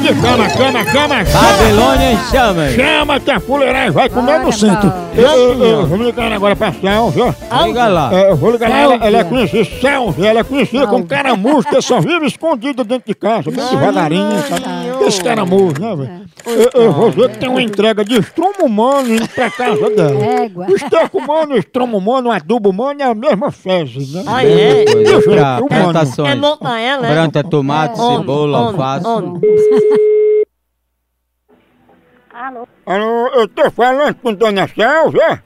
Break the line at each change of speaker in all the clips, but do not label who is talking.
de cama, cama, cama, chama!
Babilônia em chamas.
Chama que a fuleiragem vai comer
Olha,
no centro.
Paulo.
Eu, eu- eu vou ligar agora pra Cláudia.
Liga lá.
É, eu vou ligar lá, ela, ela é
Cláudia.
conhecida, Cláudia, ela é conhecida como caramusca, só vive escondida dentro de casa, bem devagarinho, sabe? Esse caramusca, né, velho? Eu, eu vou ver que tem uma entrega de estrumo humano indo pra casa dela.
Égua.
Esterco humano, estrumo humano, adubo humano é a mesma fezes, né?
Olha, é.
Deus,
Pra
humano.
É
plantações.
bom pra ela, é?
Planta tomate,
Homem,
cebola,
homem,
alface.
homem.
Alô?
Alô, eu tô falando com Dona Selva.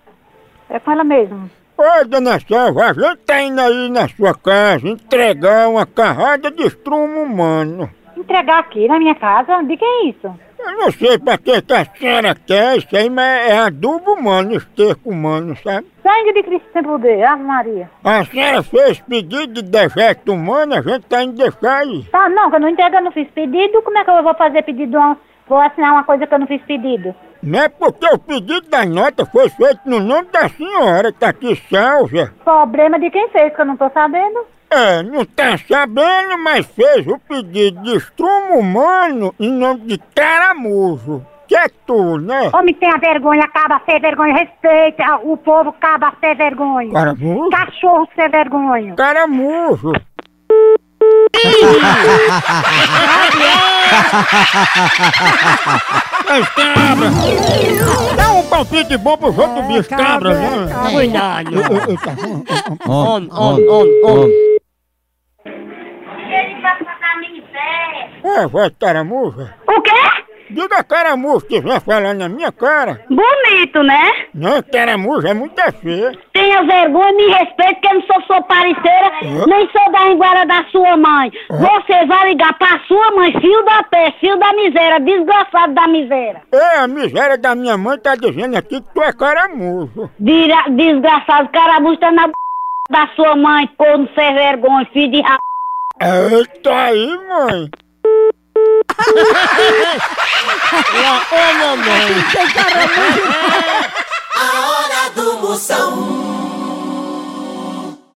É com ela mesmo.
Ô, Dona Selva, a gente tá indo aí na sua casa entregar uma carrada de estrumo humano.
Entregar aqui na minha casa? De que é isso?
Eu não sei pra que que a senhora quer isso aí, mas é adubo humano, esterco humano, sabe?
Sangue de Cristo sem poder, Ave Maria.
A senhora fez pedido de dejeto humano, a gente tá indo deixar aí.
Tá, não, que eu não entrego, eu não fiz pedido. Como é que eu vou fazer pedido? de uma- Vou assinar uma coisa que eu não fiz pedido.
Não é porque o pedido da nota foi feito no nome da senhora, tá aqui Selva.
Problema de quem fez, que eu não tô sabendo.
É, não tá sabendo, mas fez o pedido de estrumo humano em nome de caramujo. Que é tu, né?
Homem tem a vergonha, acaba sem vergonha. Respeita o povo, acaba sem vergonha.
Caramujo?
Cachorro sem vergonha.
Caramujo. As cabras! Dá um palpite bom pro jogo do bicho, cabra, né?
Cuidado.
Eu- eu- tá bom.
Homem,
Homem, homem, homem, homem.
É, voz de caramuja.
O quê?
Diga caramujo que vai falar na minha cara.
Bonito, né?
Não, caramujo é muito feio.
Tenha vergonha, me respeite, que eu não sou sua pareceira, nem sou da enguara da sua mãe. Você vai ligar pra sua mãe, fio da pé, fio da miséria, desgraçado da miséria.
É, a miséria da minha mãe tá dizendo aqui que tu é caramujo.
Dira- desgraçado, carabusta tá na b... da sua mãe, corno sem vergonha, filho de ra...
Eita aí, mãe.
Ô, mamãe.
A hora do Moção.